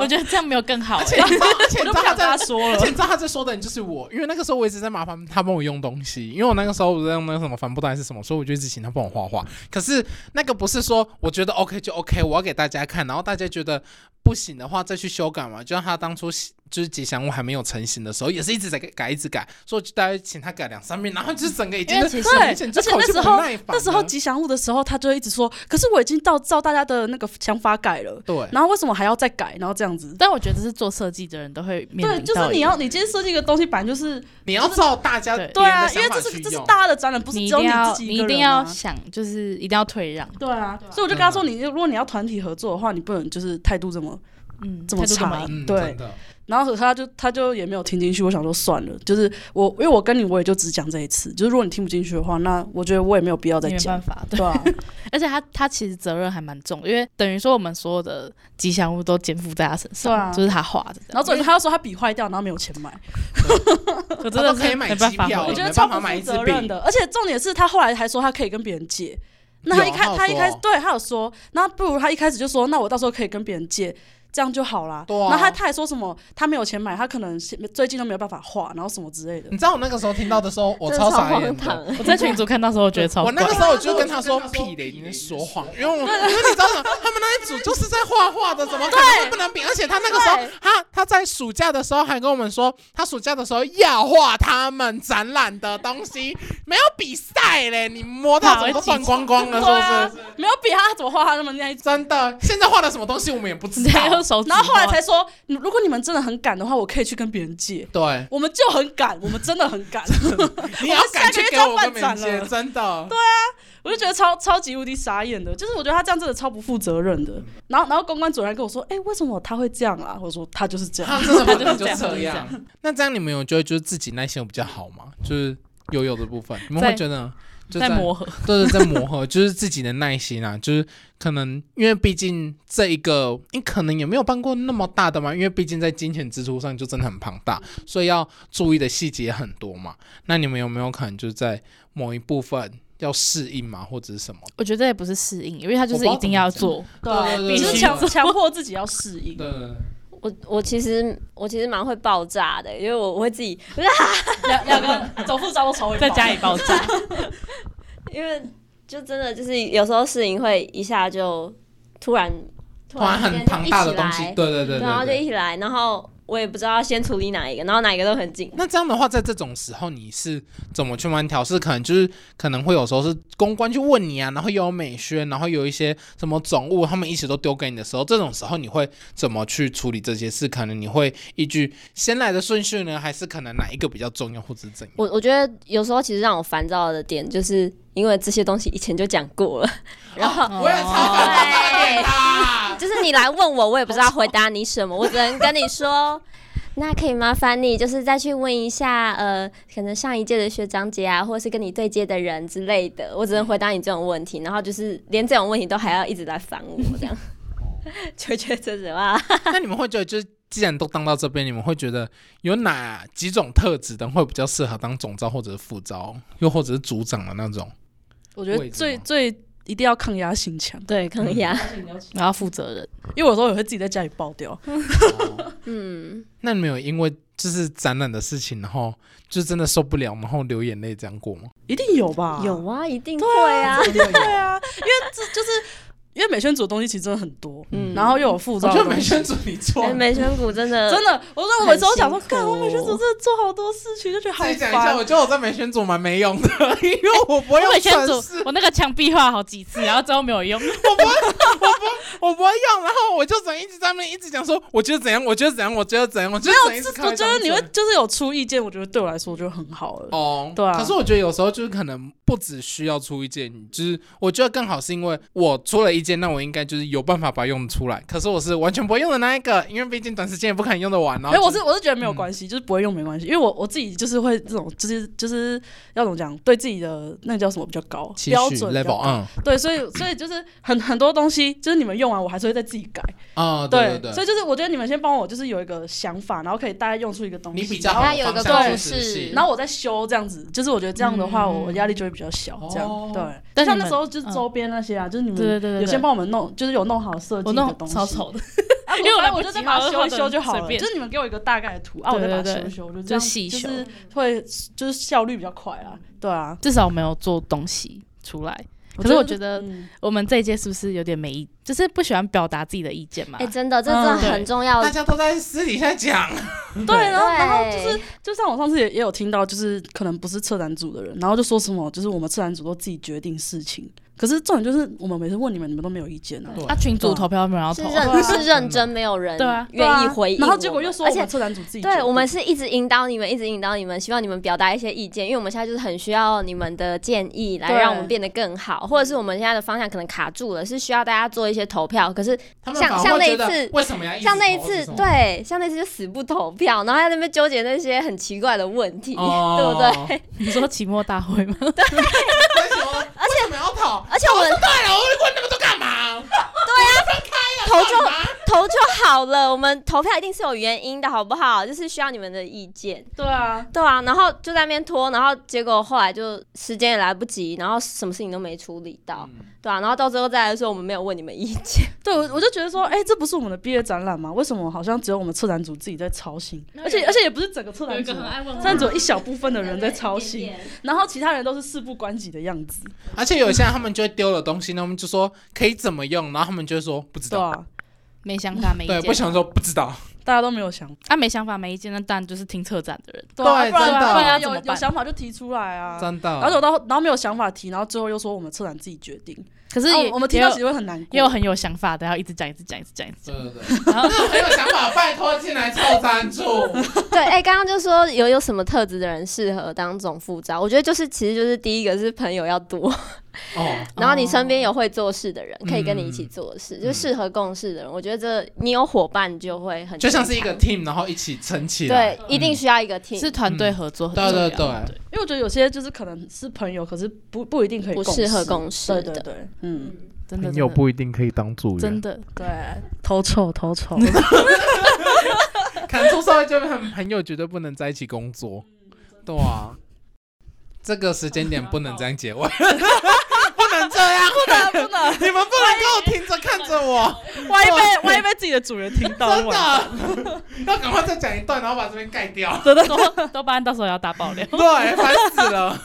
B: 我觉得这样没有更好、欸
C: 而且你知道，而且你
D: 我就
C: 知道
D: 不
C: 他
D: 想跟
C: 在
D: 他说
C: 而且
D: 了。
C: 你知道他在说的人就是我，因为那个时候我一直在麻烦他帮我用东西，因为我那个时候我在用那个什么帆布袋还是什么，所以我就一直请他帮我画画。可是那个不是说我觉得 OK 就 OK，我要给大家看，然后大家觉得不行的话再去修改嘛。就像他当初就是吉祥物还没有成型的时候，也是一直在改，一直改，所以我就大概请他改两三遍，然后就是 <laughs> 整个已经
B: 因为其实
C: 很
D: 对
C: 明显就
D: 而且
C: 口气
D: 那时
C: 不
D: 候
C: 耐烦
D: <laughs> 那时候
C: 了
D: 吉祥物的时候，他就会一直说，可是我已经照照大家的那个想法改了，
C: 对。
D: 然后为什么还要再改？然后这样子。
B: 但我觉得这是做设计的人都会面
D: 对，
B: 临
D: 就
B: 到
D: 是你
B: 一个
D: 要，你今天设计一个东西，本来就是
C: 你要照大家
B: 对
D: 对
C: 别人
D: 啊
C: 的，
D: 因为
C: 想法
D: 这
C: 去
D: 是这是
C: 用
D: 大家的展览，不是
B: 你一
D: 只有
B: 定
D: 你
B: 要
D: 自己
B: 你
D: 一个
B: 定
D: 人
B: 要
D: 啊
B: 想，就是一定要退让，
D: 对啊，所以我就跟他说，你如果你要团体合作的话，你不能就是态度这么。
B: 嗯，
D: 这么
B: 态度
D: 差
B: 硬
C: 嗯，
D: 对
C: 真的
D: 然后他就他就也没有听进去，我想说算了，就是我因为我跟你我也就只讲这一次，就是如果你听不进去的话，那我觉得我也没有必要再
B: 你没
D: 讲
B: 办，法，对
D: 对啊，
B: 而且他他其实责任还蛮重的，因为等于说我们所有的吉祥物都肩负在他身上，
D: 对啊
B: 就是他画的这
D: 然
B: 样。
D: 后总之他又说他笔坏掉，然后没有钱买，
B: 我真的
C: 他都可以
B: 是
C: 买
B: 没办法
C: 机票
B: 回
C: 了
D: 我
B: 应，
D: 觉得
C: 没
D: 超
C: 办
D: 不
C: 法买
D: 负
C: 一支
D: 责任
C: 笔
D: 的。而且重点是他后来还说他可以跟别人借，那他一
C: 有他
D: 开
C: 有
D: 他一开始
C: 说
D: 对他有说，那不如他一开始就说，那我到时候可以跟别人借。这样就好啦。
C: 对啊
D: 然后他他还说什么，他没有钱买，他可能现最近都没有办法画，然后什么之类的
C: 你。知道我那个时候听到的时候，我
A: 真的
C: 超傻眼
A: 荒
C: 的。
A: 唐。
B: 我在群组看到时候我觉得超
C: 我
B: 怪，
C: 那个时候我就跟他说：“屁嘞，你在说谎！”因为我因为你知道吗？他们那一组就是在画画的，怎么可能会不能比？而且他那个时候
A: 对，
C: 他他在暑假的时候还跟我们说，他暑假的时候要画他们展览的东西，没有比赛嘞！你摸到怎么都断光光了，
D: 对
C: 是
D: 啊
C: 不是？，
D: 没有比他他怎么画他那么那一张。
C: 真的，现在画的什么东西我们也 <laughs> 不知
B: 直接 <laughs>
C: 道
B: 用。手指画，
D: 然后后来才说，你如果你们真的很敢的话，我可以去跟别人借。
C: 对，
D: 我们就很敢，我们真的很敢，
C: 你要敢去给我
D: 我
C: 个
D: 们下
C: 名
D: 个月就要办展
C: 节，
D: 了
C: 真的。
D: <laughs> 我就觉得超超级无敌傻眼的，就是我觉得他这样真的超不负责任的。然后然后公关主任还跟我说，哎、为什么他会这样啊？我说他就是这样，
C: 他
A: <laughs>
C: 真的本来
B: 他
C: 就
B: 就是
C: 这
B: 这样
C: 样。那这样你们有觉得就是自己耐心有比较好吗？就是悠悠的部分，你们会
B: 在
C: 觉得就
B: 在磨合，
C: 对对，在磨合，就是自己的耐心啊， <laughs> 就是可能因为毕竟这一个，你可能也没有办过那么大的嘛，因为毕竟在金钱支出上就真的很庞大，所以要注意的细节很多嘛。那你们有没有可能就是在某一部分要适应嘛，或者是什么？
B: 我觉得也不是适应，因为他就是一定要做，
D: 对啊
C: 对对
D: 你
C: 对
D: 是
C: 对
D: 强
C: 对
D: 强迫自己要适应。
C: 对对
A: 我我其实我其实蛮会爆炸的，因为我我会自己，
D: <laughs> 两两个走父找我吵我，
B: 在家里
D: <laughs>
B: 爆炸。
A: 因为就真的就是有时候事情会一下就突然突
C: 突然
A: 之
C: 很
A: 间
C: 庞大的
A: 一起来
C: 东西，对对对
A: 然后
C: 对
A: 就一
C: 对。
A: 起来，然后我也不知道要先处理哪一个，然后哪一个都很紧。
C: 那这样的话，在这种时候你是怎么去慢慢调试？可能就是可能会有时候是公关去问你啊，然后又有美宣，然后有一些什么总务，他们一起都丢给你的时候，这种时候你会怎么去处理这些事？可能你会依据先来的顺序呢，还是可能哪一个比较重要，或者是怎样？
A: 我我觉得有时候其实让我烦躁的点，就是因为这些东西以前就讲过了， <laughs> 然后
C: 我也超烦这个点啊啦。
A: <laughs> 就是你来问我，我也不知道回答你什么，我只能跟你说。那可以麻烦你，就是再去问一下，呃，可能上一届的学长姐啊，或者是跟你对接的人之类的，我只能回答你这种问题，然后就是连这种问题都还要一直来烦我，这样 <laughs> 就觉得真的哇，
C: 那你们会觉得，就是既然都当到这边，你们会觉得有哪几种特质的会比较适合当总招或者是副招，又或者是组长的那种？
D: 我觉得
C: 位置
D: 最
C: 吗
D: 最一定要抗压性强，
A: 对，抗压，
B: 然后负责任，
D: 因为有时候也会自己在家里爆掉。
A: 嗯，
C: 那你们有因为就是展览的事情，然后就真的受不了，然后流眼泪这样过吗？
D: 一定有吧？
A: 有啊，一定会啊，
C: <laughs>
D: <laughs> 对啊，因为这就是因为美宣组的东西其实真的很多，
A: 嗯
D: 然后又有护
C: 我
D: 照
C: 觉
D: 的
C: 得
D: 东
C: 美
D: 西，
C: 宣组你错
A: 哎，
C: 了，
A: 美宣股真的
D: 真的，我说我每次都想说，
A: 很辛苦
D: 看我美宣组真的做好多事情，就觉得好
C: 自己讲一下，
D: 烦
C: 我。觉得我在美宣组蛮没用的，因为我不会
B: 我
C: 用
B: 每天
C: 程
B: 组
C: 式，
B: 我那个墙壁画好几次，然后最后没有用，
C: 我不会用，然后我就只能一直在那边一直讲说，我觉得怎样，我觉得怎样，我觉得怎样，我觉得怎样一直开
D: 我觉得你会
C: 张嘴
D: 就是有出意见，我觉得对我来说就很好了。
C: 哦，
D: 对啊
C: 可是我觉得有时候就是可能不只需要出意见，就是我觉得更好是因为我出了意见，那我应该就是有办法把它用出来。可是我是完全不会用的那一个，因为毕竟短时间也不可能用得完。然后
D: 哎，
C: 就嗯
D: 我是我是觉得没有关系，就是不会用没关系，因为我我自己就是会这种，就是就是要怎么讲，对自己的那个叫什么比较高
C: 期
D: 标
C: 许
D: 准比较
C: level，
D: 高
C: 嗯，
D: 对，所以所以就是很很多东西，就是你们用完我还是会再自己改，
C: 啊，对对
D: 所以就是我觉得你们先帮我就是有一个想法，然后可以大概用出一个东西，
C: 你比较
D: 然
C: 好
D: 后
A: 它有一个
C: 方向
A: 共识
C: 是是
D: 然后我再修这样子，就是我觉得这样的话，
B: 嗯
D: 我我压力就会比较小，这样、
C: 哦
D: 对。
B: 但
D: 像
B: 你
D: 那
B: 们
D: 时候就是周边那些啊，就是你们
B: 对对对对对
D: 有先帮我们弄，就是有弄好设计
B: 我
D: 的
B: 弄
D: 东西，
B: 超丑的，
D: 啊，
B: 因为我来
D: 我
B: 不
D: 就
B: 及
D: 再把它
B: 画
D: 修
B: 画
D: 一
B: 的
D: 修就好了，
B: 随便
D: 就是你们给我一个大概的图啊，我再把它
B: 对对
D: 修
B: 对
D: 一修，我觉得这
B: 就
D: 样
B: 细
D: 就
B: 修
D: 是会就是效率比较快啦，对啊。
B: 至少没有做东西出来。可是我觉得
D: 嗯
B: 我们这一届是不是有点没意，就是不喜欢表达自己的意见嘛
A: 哎、？真的，这真的
D: 嗯
B: 对
A: 很重要。
C: 大家都在私底下讲，
D: 对，然后然后
A: 对啊
D: 就是，就像我上次也也有听到，就是可能不是策展组的人，然后就说什么，就是我们策展组都自己决定事情。可是重点就是，我们每次问你们，你们都没有意见啊。
C: 对
B: 啊，群主投票没有人要
A: 是
B: 投啊，
A: 认是认真，没有人
B: 对啊
D: 对
A: 愿
D: 啊
A: 意回应我们、
D: 然后结果又说
A: 而
D: 我
A: 且
D: 们策展组自己决定。
A: 对我们是一直引导你们，一直引导你们，希望你们表达一些意见，因为我们现在就是很需要你们的建议来
D: 对
A: 让我们变得更好，或者是我们现在的方向可能卡住了，是需要大家做一些投票。可是
C: 他们
A: 像
C: 反而
A: 像
C: 会
A: 那
C: 觉
A: 一
C: 得
A: 次
C: 为什么要直
A: 像那一
C: 投
A: 次，，
C: 为什么
A: 对， <laughs> 像那次就死不投票，然后还在那边纠结那些很奇怪的问题，对不
C: 哦
A: 对？？ <laughs>
B: 你说期末大会吗？ <laughs>
C: 为什么为什么要投？
A: 而且我们
C: 对了，我问那么多干嘛？ <laughs>
A: 投就投就好了，我们投票一定是有原因的，好不好？就是需要你们的意见。
D: 对啊，
A: 对啊，然后就在那边拖，然后结果后来就时间也来不及，然后什么事情都没处理到，
C: 嗯
A: 对啊，然后到最后再来说我们没有问你们意见，
D: 对，我我就觉得说，哎、这不是我们的毕业展览吗？为什么好像只有我们策展组自己在操心？而且而且也不是整个策展组啊，
B: 问
D: 策展组有一小部分的人在操心，然后其他人都是事不关己的样子，
C: 而且有些人他们就会丢了东西，那我们就说可以怎么用，然后他们就会说不知
D: 对
C: 道，
D: 啊，
B: 没想法没意
C: 对，不
B: 见，
C: 想说不知道，
A: 啊
D: 大家都没有想法，
B: 啊没想法没意见，那当然就是听策展的人。
D: 对啊，
C: 对
D: 不然
C: 真的
D: 不然
B: 怎么
D: 有
B: 办
D: 有想法就提出来啊，
C: 真的。
D: 然后有到然后没有想法提，然后最后又说我们策展自己决定，
B: 可是
D: 然后
B: 也
D: 哦我们
B: 也
D: 听到
B: 有
D: 其实会很难过，
B: 也有很有想法的，要一直讲一直讲一直讲一直
C: 对
B: 讲。
C: 对
A: <laughs>
C: 对，然后很有想法，拜托进来凑赞
A: <laughs>
C: 助。哦
A: 对，哎、刚刚就说有有什么特质的人适合当总副招，我觉得就是其实就是第一个是朋友要多，
C: 哦，嗯
A: 然后你身边有会做事的人，可以跟你一起做事，就适合共事的人。我觉得这你有伙伴就会很
C: 就像是一
A: 健
C: 个
A: 康
C: team，然后啊嗯一起撑起来。
A: 对，一定需要一个 team，
B: 是团队合作很重
C: 对
B: 要，
C: 嗯对对，
D: 因为我觉得有些就是可能是朋友，可是不不一定可以
A: 不
D: 共
A: 适合
D: 事
A: 共事
D: 对对
A: 的。
D: 对，嗯，
B: 真的
E: 朋
B: 真
E: 友
B: 的
E: 不一定可以当组员，啊
B: 真的
D: 对，头丑头 <laughs> 丑，
C: <laughs> 可能出社会就会很朋友绝对不能在一起工作，对啊，这个时间 <laughs> 点不能这样结尾，不能这样，
D: 不能不能，
C: 你们不能给我停着看着 <laughs> 我，
D: 啊万一被万一被自己的主人听到，
C: 真的，要赶快再讲一段，然后把这边盖掉。。
B: 都都不然到时候要打爆料
C: <laughs> 对，烦死 <laughs> 了。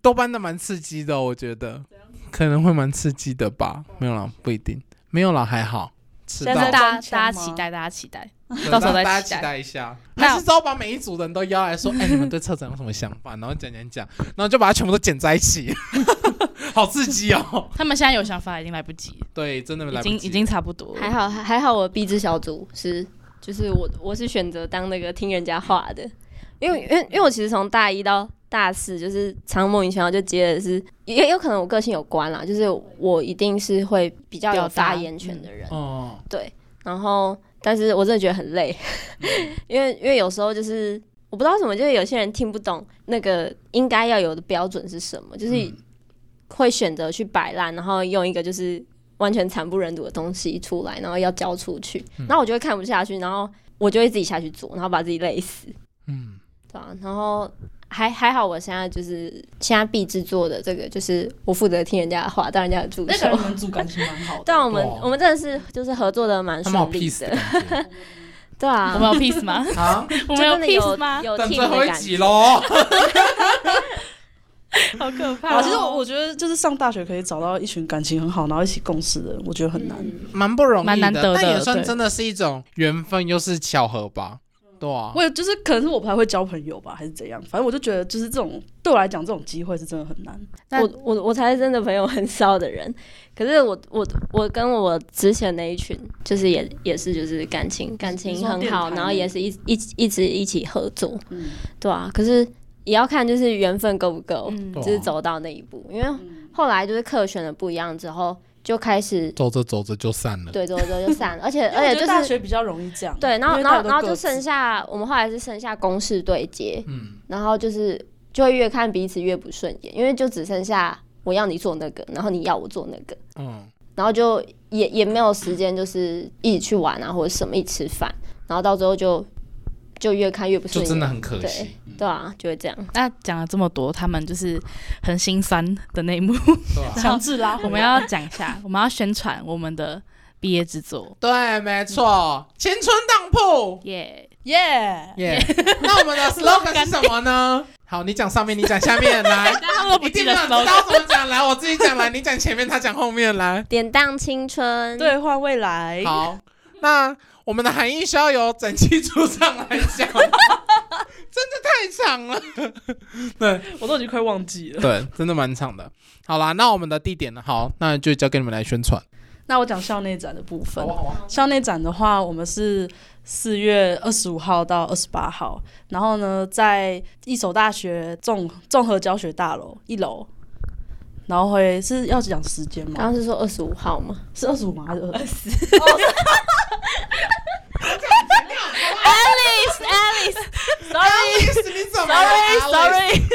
C: 豆瓣的蛮刺激的哦，我觉得可能会蛮刺激的吧，没有啦，不一定，没有啦，还好。迟
B: 但
C: 到
B: 是
D: 现在
B: 大家
D: 在
B: 大家
D: 关枪吗
B: 期待，大家期待。
C: 对
B: 到时候
C: 大
B: 再
C: 家期
B: 期待
C: 待一下，
B: 那
C: 还是之后把每一组人都邀
B: <laughs>
C: 来说，哎，你们对车展有什么想法？然后讲讲讲，然后就把它全部都剪在一
B: <laughs>
C: 起，好刺激哦！
B: 他们现在有想法已经来不及，
C: 对，真的来
B: 已
C: 不
B: 经
C: 及
B: 已经差不多了。
A: 还好还好，我壁纸小组是就是我我是选择当那个听人家话的，因为因为因为我其实从大一到大四就是长梦以前我就接的是也有可能我个性有关啦，就是我一定是会比较有
B: 表达嗯
A: 发言权的人，
C: 哦，
A: 对，然后但是我真的觉得很累， <laughs> 因为因为有时候就是我不知道为什么，就是有些人听不懂那个应该要有的标准是什么，就是
C: 嗯
A: 会选择去摆烂，然后用一个就是完全惨不忍睹的东西出来，然后要交出去，
C: 嗯
A: 然后我就会看不下去，然后我就会自己下去做，然后把自己累死，
C: 嗯，
A: 对啊，然后还还好，我现在就是现在必制作的这个，就是我负责听人家的话，当人家的助
D: 那
A: 手
D: 个。
A: <laughs>
D: 人组感情蛮好的，
A: 但我们
C: 哇
A: 我们真的是就是合作的蛮
C: 他们好
A: 顺利
C: peace
A: 的
C: 的，感
A: 对啊，
B: 我们有 peace 吗？
C: 觉啊，
B: 我
A: 就
B: 们有
A: 真的有
B: peace 吗？
A: 有
C: <laughs> 等
A: team
C: 最后
A: 的
C: 一
A: 感
C: 集
A: 觉。
C: 喽。
B: 好可怕
D: 好，
B: 哦。
D: 啊其实我我觉得就是上大学可以找到一群感情很好，然后一起共事的人，我觉得很难。
A: 嗯
C: 蛮不容易的，
B: 蛮难得的
C: 但也算
B: 对
C: 真的是一种缘分，又是巧合吧？对啊，
D: 我也就是可能是我不太会交朋友吧，还是怎样？反正我就觉得就是这种对我来讲，这种机会是真的很难。
B: 但
A: 我我我才是真的朋友很少的人，可是我我我跟我之前那一群，就是也也是就是感情感情很好，然后也是一一一直一起合作，
D: 嗯，
A: 对啊，可是也要看就是缘分够不够，
B: 嗯
C: 对啊
A: 就是走到那一步，因为
D: 嗯
A: 后来就是课选的不一样之后，就开始
C: 走着走着就散了。
A: 对走走就散了，而且
D: 因
A: 而
D: 为我
A: 且就
D: 觉得大
A: 是
D: 学比较容易这样。
A: 对，然后然
D: 因为大家
A: 后
D: 都
A: 然后
D: 各
A: 就
D: 自
A: 剩下我们后来是剩下公式对接，
C: 嗯，
A: 然后就是就会越看彼此越不顺眼，因为就只剩下我要你做那个，然后你要我做那个，
C: 嗯
A: 然后就也也没有时间就是一起去玩啊或者什么一起吃饭，然后到最后就就越看越不顺眼，
C: 就真的很可
A: 对
C: 惜。嗯
A: 对啊，就会这样。
B: 那讲了这么多，他们就是很心酸的内幕。
C: 对啊，
D: 强
A: <laughs>
D: 制拉回来
B: 我们要讲一下，我们要宣传我们的毕业制作，
C: 对，没错，青春当铺。
B: 耶、
D: 耶，
C: 耶、 <laughs> 那我们的 slogan 是什么呢？好，你讲上面，你讲下面， <laughs> 来，
B: 他们都不
C: 一
B: 记
C: 定
B: 得
C: 不
B: s
C: 知
B: l o
C: 道怎么讲，来，我自己讲，来，你讲前面，他讲后面， <laughs> 来，
A: 典当青春，，
D: 对换未来，
C: 好，那我们的含义需要由整期组长来 <laughs> 讲，真的太长了， <laughs> 对，
D: 我都已经快忘记了。
C: 对，真的蛮长的。好啦，那我们的地点呢？好，那就交给你们来宣传。
D: 那我讲校内展的部分。
C: 好啊，
D: 校内展的话，我们是四月二十五号到二十八号，然后呢，在一所大学综综合教学大楼一楼，然后会是要讲时间
B: 啊
A: 刚
D: 吗？
A: 刚是说二十五号吗？
D: 是二十五吗？还是二十？
C: Alice，你哎怎
B: 呃
D: <laughs>
C: 么了
D: Sorry，Sorry。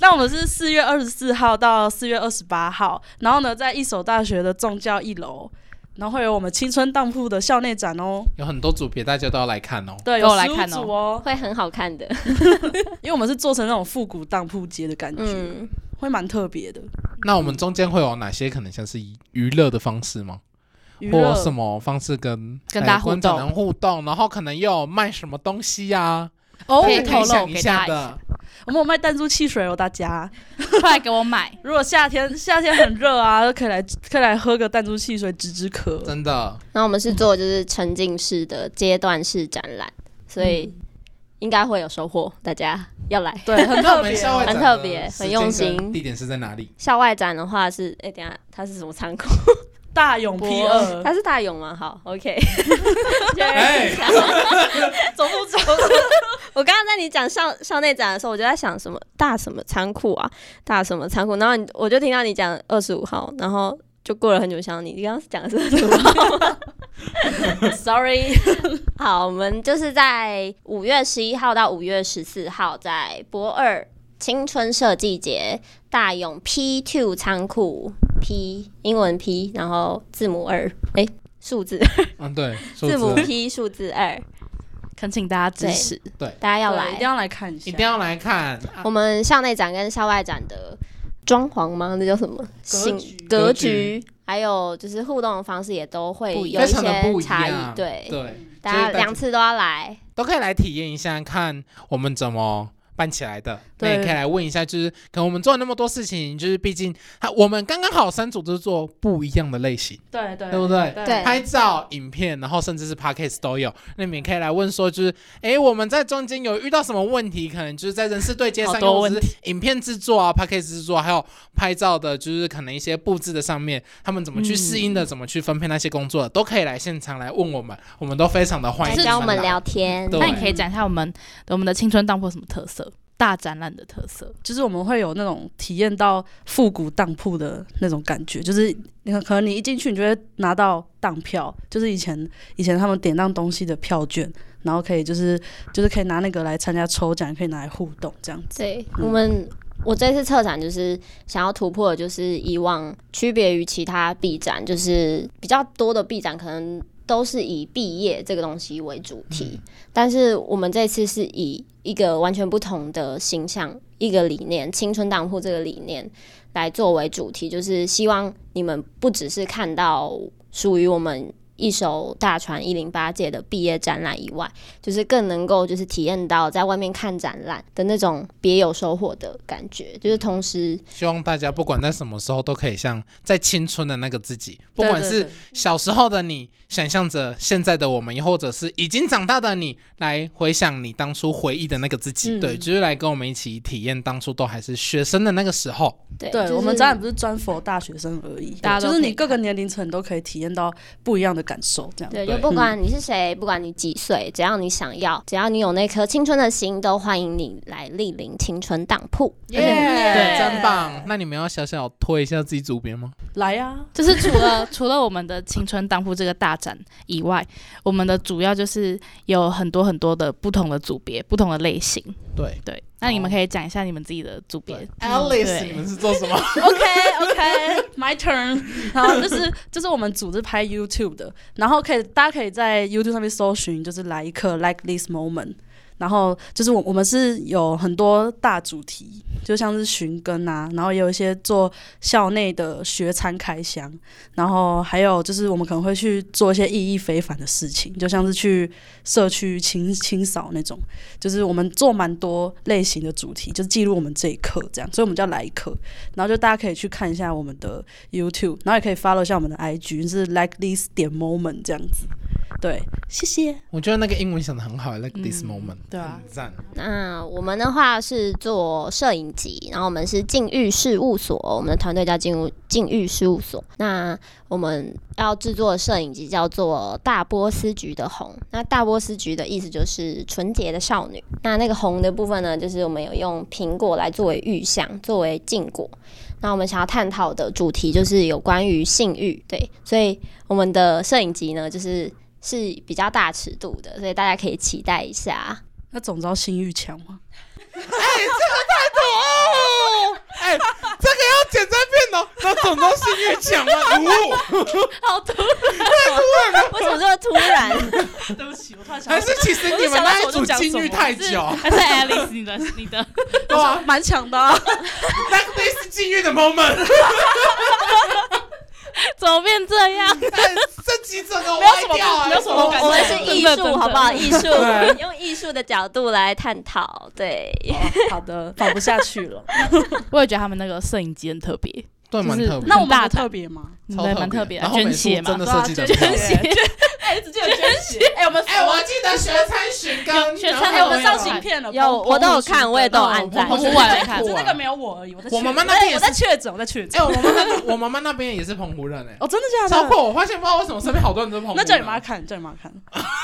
D: 那我们是四月二十四号到四月二十八号，然后呢，在一所大学的宗教一楼，然后会有我们青春当铺的校内展哦。
C: 有很多组别，大家都要来看哦。
D: 对，
B: 给我
D: 有
B: 来
D: 十五
B: 看哦
D: 组哦，
A: 会很好看的，
D: 因为我们是做成那种复古当铺街的感觉，
A: 嗯，
D: 会蛮特别的。
C: 那我们中间会有哪些可能像是娱乐的方式吗？
D: 娱
C: 或
D: 乐
C: 有什么方式跟哎
B: 跟大家互动
C: 观众能互动？然后可能又有卖什么东西呀、啊？
D: 哦
B: 可
C: 可
B: 以
C: 以
B: 透露
C: 想一
B: 给
C: 下
B: 大家
C: 的。
D: 我们有卖弹珠汽水哦，大家。
B: 快来给我买，
D: 如果夏天夏天很热啊，可以来可以来喝个弹珠汽水止止渴。
C: 真的，
A: 那我们是做就是沉浸式的阶段式展览，所以应该会有收获，大家要来。
D: 嗯对，很
A: <laughs>
C: 那
D: 特
C: 我们
D: 别
C: 校外
D: 哦。
C: 展
A: 很
C: 的
A: 特别
C: 时间
A: 很用
C: 跟
A: 心
C: 地点是在哪里？
D: <laughs>
A: 校外展的话是，哎、等一下它是什么仓库？
D: 大勇 P 二，哎
A: 他是大勇吗？好，OK。 <laughs>
C: 哎
A: 确认一下。
D: 总部长，
A: 我刚刚在你讲校校内展的时候，我就在想什么大什么仓库啊，大什么仓库，然后你我就听到你讲二十五号，然后就过了很久，想到你你刚刚讲的是二十五号吗 <laughs> ，sorry。好，我们就是在五月十一号到五月十四号在博二青春设计节大勇 P Two 仓库 P 英文 P，然后字母二，哎，数字
C: 嗯，对，数
A: 字母
C: 字
A: P 数字二，
B: 恳请大家支持。
A: 大家要
D: 对
A: 来
D: 一定要来看一下，
C: 一定要来看。啊
A: 我们校内展跟校外展的装潢吗？那叫什么？形
D: 局
A: 格
C: 格
A: 局，还有就是互动的方式也都会有
B: 不一
A: 一
B: 样
C: 非常的不
A: 些
C: 一
A: 差
C: 样，
A: 异。对，
C: 对，
A: 大
C: 所以
A: 家两次都要来。
C: 都可以来体验一下，看我们怎么办起来的。那也
D: 对
C: 可以来问一下，就是可能我们做了那么多事情，就是毕竟他我们刚刚好三组都是做不一样的类型，
D: 对对
C: 对不对？
A: 对
C: 拍照、影片，然后甚至是 podcast 都有。那你们也可以来问说，就是诶，我们在中间有遇到什么问题？可能就是在人事对接上，
B: 好多
C: 或
B: 问
C: 者是影片制作啊、podcast 制作，还有拍照的，就是可能一些布置的上面，他们怎么去适应
A: 嗯
C: 的，怎么去分配那些工作的，都可以来现场来问我们，我们都非常的欢
A: 来
C: 迎。
A: 跟我们聊，天，
C: 对
B: 那你可以讲一下我们我们的青春当铺有什么特色？大展览的特色，
D: 就是我们会有那种体验到复古当铺的那种感觉，就是你可可能你一进去，你就会拿到当票，就是以前以前他们典当东西的票券，然后可以就是就是可以拿那个来参加抽奖，可以拿来互动这样子。
A: 对我们。我这次策展就是想要突破，的就是以往区别于其他 B 展，就是比较多的 B 展可能都是以毕业这个东西为主题，但是我们这次是以一个完全不同的形象、一个理念“青春当铺”这个理念来作为主题，就是希望你们不只是看到属于我们一手大船一零八届的毕业展览以外，就是更能够就是体验到在外面看展览的那种别有收获的感觉，就是同时
C: 希望大家不管在什么时候，都可以像在青春的那个自己，不
D: 对
C: 管
D: 对
C: 是
D: 对
C: 小时候的你，想象着现在的我们，又或者是已经长大的你，来回想你当初回忆的那个自己，
D: 嗯
C: 对，就是来跟我们一起体验当初都还是学生的那个时候。
A: 对，
D: 对
A: 就是
D: 我们展览不是专 for 大学生而已，
B: 大家都
D: 就是
B: 可
D: 你
B: 以
D: 各个年龄层都可以体验到不一样的感受，这样。
A: 对，
C: 对
A: 就不管你是谁，不管你几岁，只要你想要，只要你有那颗青春的心，都欢迎你来莅临青春当铺。
C: 耶、
D: 对
C: 真棒！那你们要小小推一下自己组别吗？
D: 来呀、
B: 就是除了除了我们的青春当铺这个大展以外，我们的主要就是有很多很多的不同的组别、不同的类型。
C: 对
B: 对，那你们可以讲一下你们自己的组别。
C: ，Alice，
B: 对
C: 你们是做什么？
D: OK OK，My turn。然后就是就是我们组织拍 YouTube 的，然后可以大家可以在 YouTube 上面搜寻，就是来一刻 Like This Moment。然后就是我我们是有很多大主题，就像是寻根啊，然后也有一些做校内的学餐开箱，然后还有就是我们可能会去做一些意义非凡的事情，就像是去社区清清扫那种，就是我们做蛮多类型的主题，就是记录我们这一刻这样，所以我们叫来一刻。然后就大家可以去看一下我们的 YouTube，然后也可以 follow 一下我们的 IG，是 like this 点 moment 这样子。对，谢谢。
C: <laughs> 我觉得那个英文想的很好，like this
B: 嗯
C: moment，、
B: 对啊
C: 很赞。
A: 那我们的话是做摄影集，然后我们是禁欲事务所，我们的团队叫禁欲禁欲事务所。那我们要制作的摄影集叫做《大波斯菊的红》。那大波斯菊的意思就是纯洁的少女。那那个红的部分呢，就是我们有用苹果来作为玉象，作为禁果。那我们想要探讨的主题就是有关于性欲，对，所以我们的摄影集呢，就是是比较大尺度的，所以大家可以期待一下。
D: 那总招性欲强吗？
C: 哦，哎，这个要剪在片头，那总都是越讲了，呜，
B: 好突
A: 为什么这么突然？
B: 对不起，我突然
C: 还是其实你们那一组禁欲太久，
B: 还是 Alice 你的你的，
C: 哇
D: 蛮强的、啊，
C: ，like this 禁欲的 moment。
B: 怎么变这 <laughs> 样？
C: 哎这集整个歪掉啊，
B: 没有什么感
A: 我
B: 觉
A: 们是艺
B: 真的真
A: 术，
B: 的
A: 好不好？艺术
C: 对
A: 用艺术的角度来探讨，对，
D: 好的，跑不下去了。 <laughs>
B: 我也觉得他们那个摄影机很特别，
C: 对，蛮
B: 就是
C: 特别的，
D: 那我们
B: 大
D: 有
B: 胆
D: 特别吗？
B: 嗯
C: 超
B: 对，蛮特
C: 别
B: 别
C: 的。
B: 的
C: 然后美
B: 捐
C: 术
B: 血嘛
C: 真，的
D: 对啊
C: 设计的
D: 捐
C: 很好
D: 血哎，直接有捐血！哎，我们
C: 哎，我记得学餐寻根，
B: 学餐
C: 然后
D: 哎，我们
C: 有
D: 上新片了，
A: 有
D: 澎
A: 我都有看，我也都有按赞。
B: 澎湖
D: 湖
B: 我也
D: 湾
B: 在看
D: 只是那个没有我而已。我在
C: 我妈妈
D: 确
C: 那边也
D: 我在确诊，我在确
C: 哎，
D: 诊。
C: 我妈妈那我妈妈那边也是澎湖人哎，
D: 哦，真的假
C: 超
D: 的？
C: 酷！我发现不知道为什么身边好多人都是澎湖人。
D: 那叫你妈看，叫你妈看。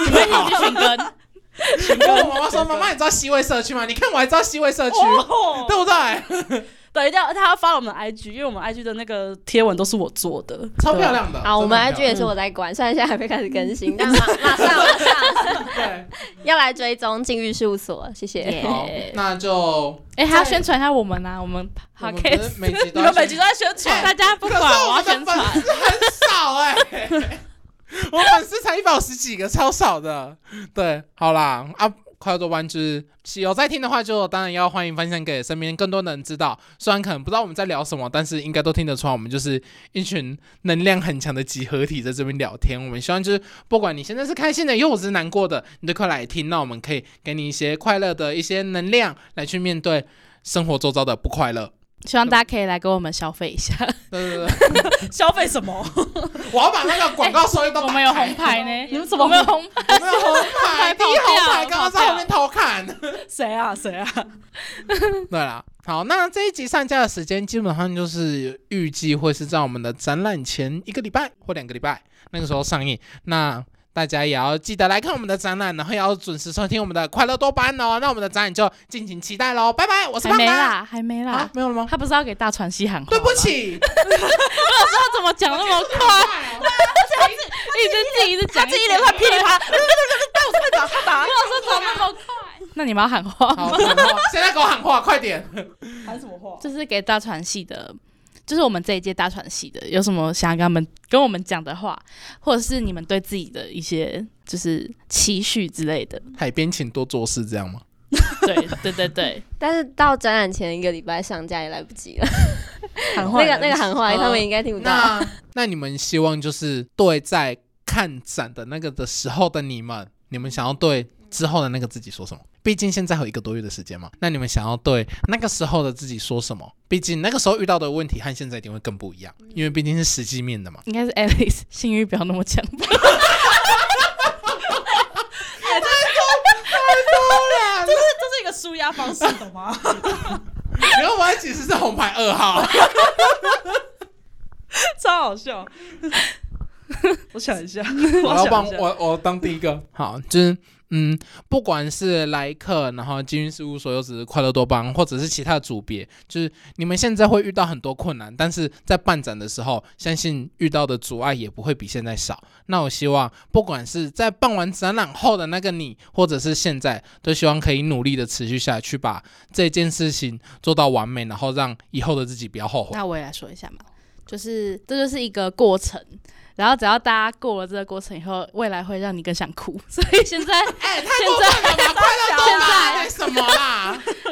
B: 你们一起去寻根，
C: 因为我妈妈说：“妈妈，你知道西魏社区吗？你看我还知道西魏社区，
D: 哦
C: 对不对？
D: 对，一定要他要发我们的 IG，因为我们 IG 的那个贴文都是我做的，
C: 超漂亮的。”
A: 好，我们 IG 也
C: 觉
A: 是我在管，虽然现在还没开始更新，但马马上马上
C: 得
A: 要来追踪禁欲事务所，谢 <laughs> 谢
C: 对。。好，那就
B: <laughs> 哎，还要宣传一下我们啊，我们
C: 我
B: 好
C: 们
B: k
C: 不是每集都
D: 对。啊你
C: 要宣哎
D: 们每集都在宣传，
B: 大家不
C: 可
B: 管，
C: 是
B: 我
C: 我
B: 要
C: 的
B: 宣
C: 粉
B: 传。
C: 丝很少哎、 <laughs> 我粉丝才一百五十几个，超少的。对，好啦啊。快乐多湾就是有在听的话，就当然要欢迎分享给身边更多的人知道。虽然可能不知道我们在聊什么，但是应该都听得出来，我们就是一群能量很强的集合体，在这边聊天。我们希望就是，不管你现在是开心的，又或者是难过的，你都快来听。那我们可以给你一些快乐的一些能量，来去面对生活周遭的不快乐。
B: 希望大家可以来给我们消费一下，
C: 对对对，
D: 消费什么？ <laughs>
C: 我要把那个广告收
B: <laughs>
C: 益都、
B: 哎我们有红牌呢，
D: 你们怎么
B: 我们有红牌？
C: 我们有红牌，
B: <laughs> 牌
C: 第一
B: 跑掉
C: 红牌刚刚在后面
B: <laughs>
C: 偷看。
D: 谁啊？谁啊？
C: 对啦，好，那这一集上架的时间基本上就是预计会是在我们的展览前一个礼拜或两个礼拜那个时候上映。那大家也要记得来看我们的展览，然后也要准时收听我们的快乐多巴胺哦。那我们的展览就敬请期待喽，拜拜！我是
B: 还
C: 胖
B: 没
C: 达。
B: 啦，还没
C: 啊
B: 啦，。
C: 没有了吗？
B: 他不是要给大川西喊话？
C: 对不，
B: <laughs>
C: 起，
B: 他怎么讲那么快？一直自己一直讲，
D: 这一连串噼里啪啦，但我是在打他打，
B: 说怎么那么快？那你们要喊话，
C: 好，喊话现在给我喊话，
B: <laughs>
C: 快点！
D: 喊什么话？
B: 就是给大传系的，就是我们这一届大传系的，有什么想要跟他们跟我们讲的话，或者是你们对自己的一些就是期许之类的。
C: 海边请多做事，这样吗？
B: 对对对对，
A: 但是到展览前一个礼拜上架也来不及了，
D: 喊话
A: 那个
D: 人
A: 那个喊话
C: 嗯
A: 他们应该听不到。
C: 那 <laughs> 那你们希望就是对在看展的那个的时候的你们，你们想要对之后的那个自己说什么？毕竟现在还有一个多月的时间嘛，那你们想要对那个时候的自己说什么？毕竟那个时候遇到的问题和现在一定会更不一样，因为毕竟是实际面的嘛。
B: 应该是 Alice 性欲不要那么强。
C: <laughs> <laughs> 当然，
D: 这是这是一个舒压
C: <laughs>
D: 方式，懂吗？
C: 然后我其实是红牌二号，
D: 超
C: <laughs>
D: 好笑。我想一下，
C: 我要
D: 要
C: 帮
D: 想一下
C: 我我当第一个。 <laughs> 好，就是嗯，不管是来客，然后金运事务所，又只是快乐多邦，或者是其他的组别，就是你们现在会遇到很多困难，但是在办展的时候，相信遇到的阻碍也不会比现在少。那我希望，不管是在办完展览后的那个你，或者是现在，都希望可以努力的持续下去，把这件事情做到完美，然后让以后的自己不要后
B: <laughs>
C: 悔。
B: 那我也来说一下嘛，就是这就是一个过程，然后只要大家过了这个过程以后，未来会让你更想哭， <laughs> 所以现在
C: 哎、太
B: 现
C: 过分了吧！快乐多邦
B: 现在
C: 为什么啦？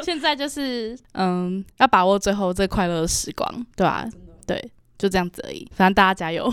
B: 现在就是嗯，要把握最后这快乐的时光，对吧、对，就这样子而已。反正大家加油。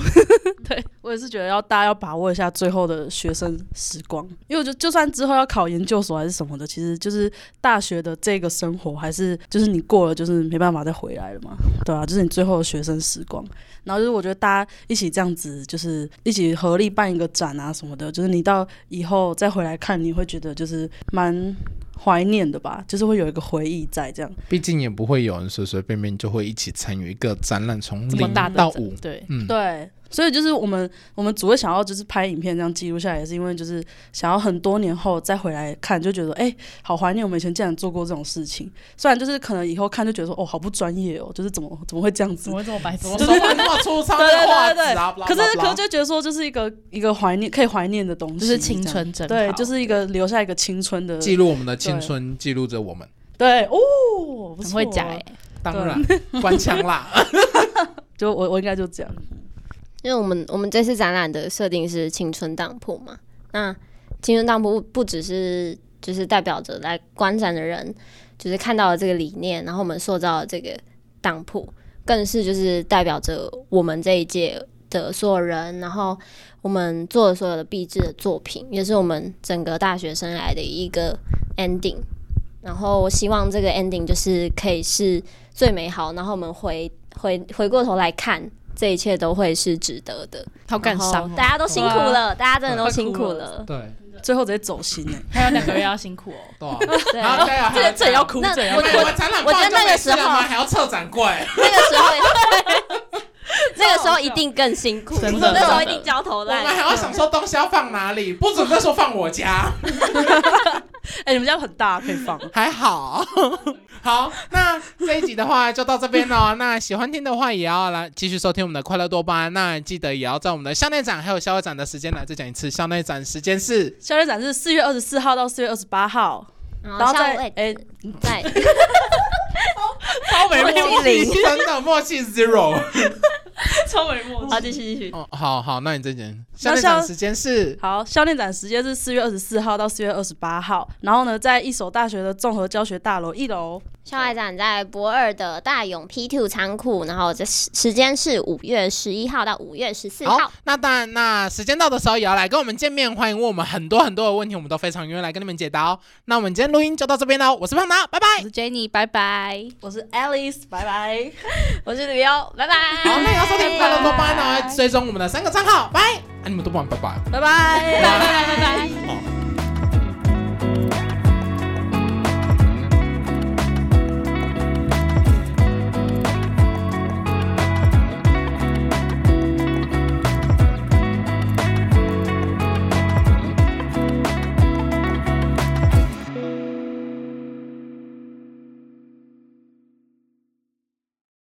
D: 我也是觉得要大家要把握一下最后的学生时光，因为我觉得就算之后要考研究所还是什么的，其实就是大学的这个生活，还是就是你过了就是没办法再回来了嘛，对啊，就是你最后的学生时光。然后就是我觉得大家一起这样子，就是一起合力办一个展啊什么的，就是你到以后再回来看，你会觉得就是蛮怀念的吧，就是会有一个回忆在这样。
C: 毕竟也不会有人随随便便就会一起参与一个展览，从
B: 这么
C: 零
B: 大的
C: 到
B: 整
C: 五。
B: 对，
C: 嗯，
D: 对，所以就是我们我们组会想要就是拍影片这样记录下来，也是因为就是想要很多年后再回来看，就觉得哎、好怀念我们以前竟然做过这种事情。虽然就是可能以后看就觉得说哦，好不专业哦，就是怎么怎么会这
B: <laughs>
D: 样子。
B: 会这么白
C: 怎么说话那么粗糙
D: 对
C: 的 <laughs>
D: 对
C: 话
D: 对
C: 子
D: 对
C: 啊？
D: 可
C: blah blah
D: 是可是
C: blah
D: 就觉得说这是一个一个怀念可以怀念的东西，
B: 就是青
D: 这样。
B: 春真
D: 对，
B: 好
D: 就是一个留下一个青春的
C: 记录我们的青春，记录着我们。
D: 对 <laughs> 哦，不
B: 很
D: 错
B: 会讲哎、
C: 当然，关腔啦。
D: 就我我应该就 <laughs> 这样。
A: 因为我们我们这次展览的设定是青春当铺嘛，那青春当铺不只是就是代表着来观展的人，就是看到了这个理念，然后我们塑造了这个当铺，更是就是代表着我们这一届的所有人，然后我们做的所有的壁纸的作品，也是我们整个大学生涯的一个 ending。然后我希望这个 ending 就是可以是最美好，然后我们回回回过头来看，这一切都会是值得的。
B: 好感
A: 然后
B: 伤哦，
A: 大家都辛苦了，大家真的都
D: 快
A: 辛
D: 哭
A: 苦
D: 了
A: 了。
C: <laughs> 对
D: 最后直接走心哎、
B: 还有两个月要辛苦
D: <laughs>
B: 哦。
C: 对啊，
A: 对，
C: 好加
A: 这
C: 油好
A: 个
C: 这也要
D: 哭
A: 那
D: 这也要
A: 我
C: 我
A: 我
C: 我展览
A: 我觉得
C: 报就
A: 那个
C: 没事了
A: 时候
C: 吗还要策展欸柜，
A: 那个时候也， <laughs> 那个时候一定更辛苦，
B: 真
C: 的
A: 那时候一
B: 真的
A: 定焦头
C: 我们
A: 烂
C: 还
A: 额。
C: 要想说东西要放哪里，不准再说放我家。
D: 哎、你们家很大，可以 <laughs> 放。
C: <laughs> 还好，好，那这一集的话就到这边 <laughs> 喽。那喜欢听的话，也要来继续收听我们的快乐多巴胺。那记得也要在我们的校内展还有校外展的时间来再讲一次。校内展时间是
D: 校园展是四月二十四号到四月二十八号，然
A: 下
D: 后在
A: 午哎
D: 哎、
A: 在
C: <laughs> 超没
A: 默契
C: 真的默契 <laughs> zero。
B: 超没默
A: 好，继续继续。
C: 哦，好好，那你再讲。校
D: 那
C: 内展
D: 校
C: 时间是
D: 好，校内展时间是四月二十四号到四月二十八号，然后呢，在一所大学的综合教学大楼一楼。
A: 校外展在博二的大勇 P Two 仓库，然后这时时间是五月十一号到五月十四号
C: 好。，那当然，那时间到的时候也要来跟我们见面，欢迎问我们很多很多的问题，我们都非常愿意来跟你们解答哦。那我们今天录音就到这边喽，我是胖达，拜拜
B: 我。是 Jenny，拜拜。
D: 我是 Alice，拜拜。
A: <laughs> 我是李优，拜拜。
C: 好，那也要收听快乐多巴胺哦，追踪我们的三个账号，拜。啊，你们都不玩，拜拜。
D: 拜拜。
B: 拜拜拜拜。
C: 哦。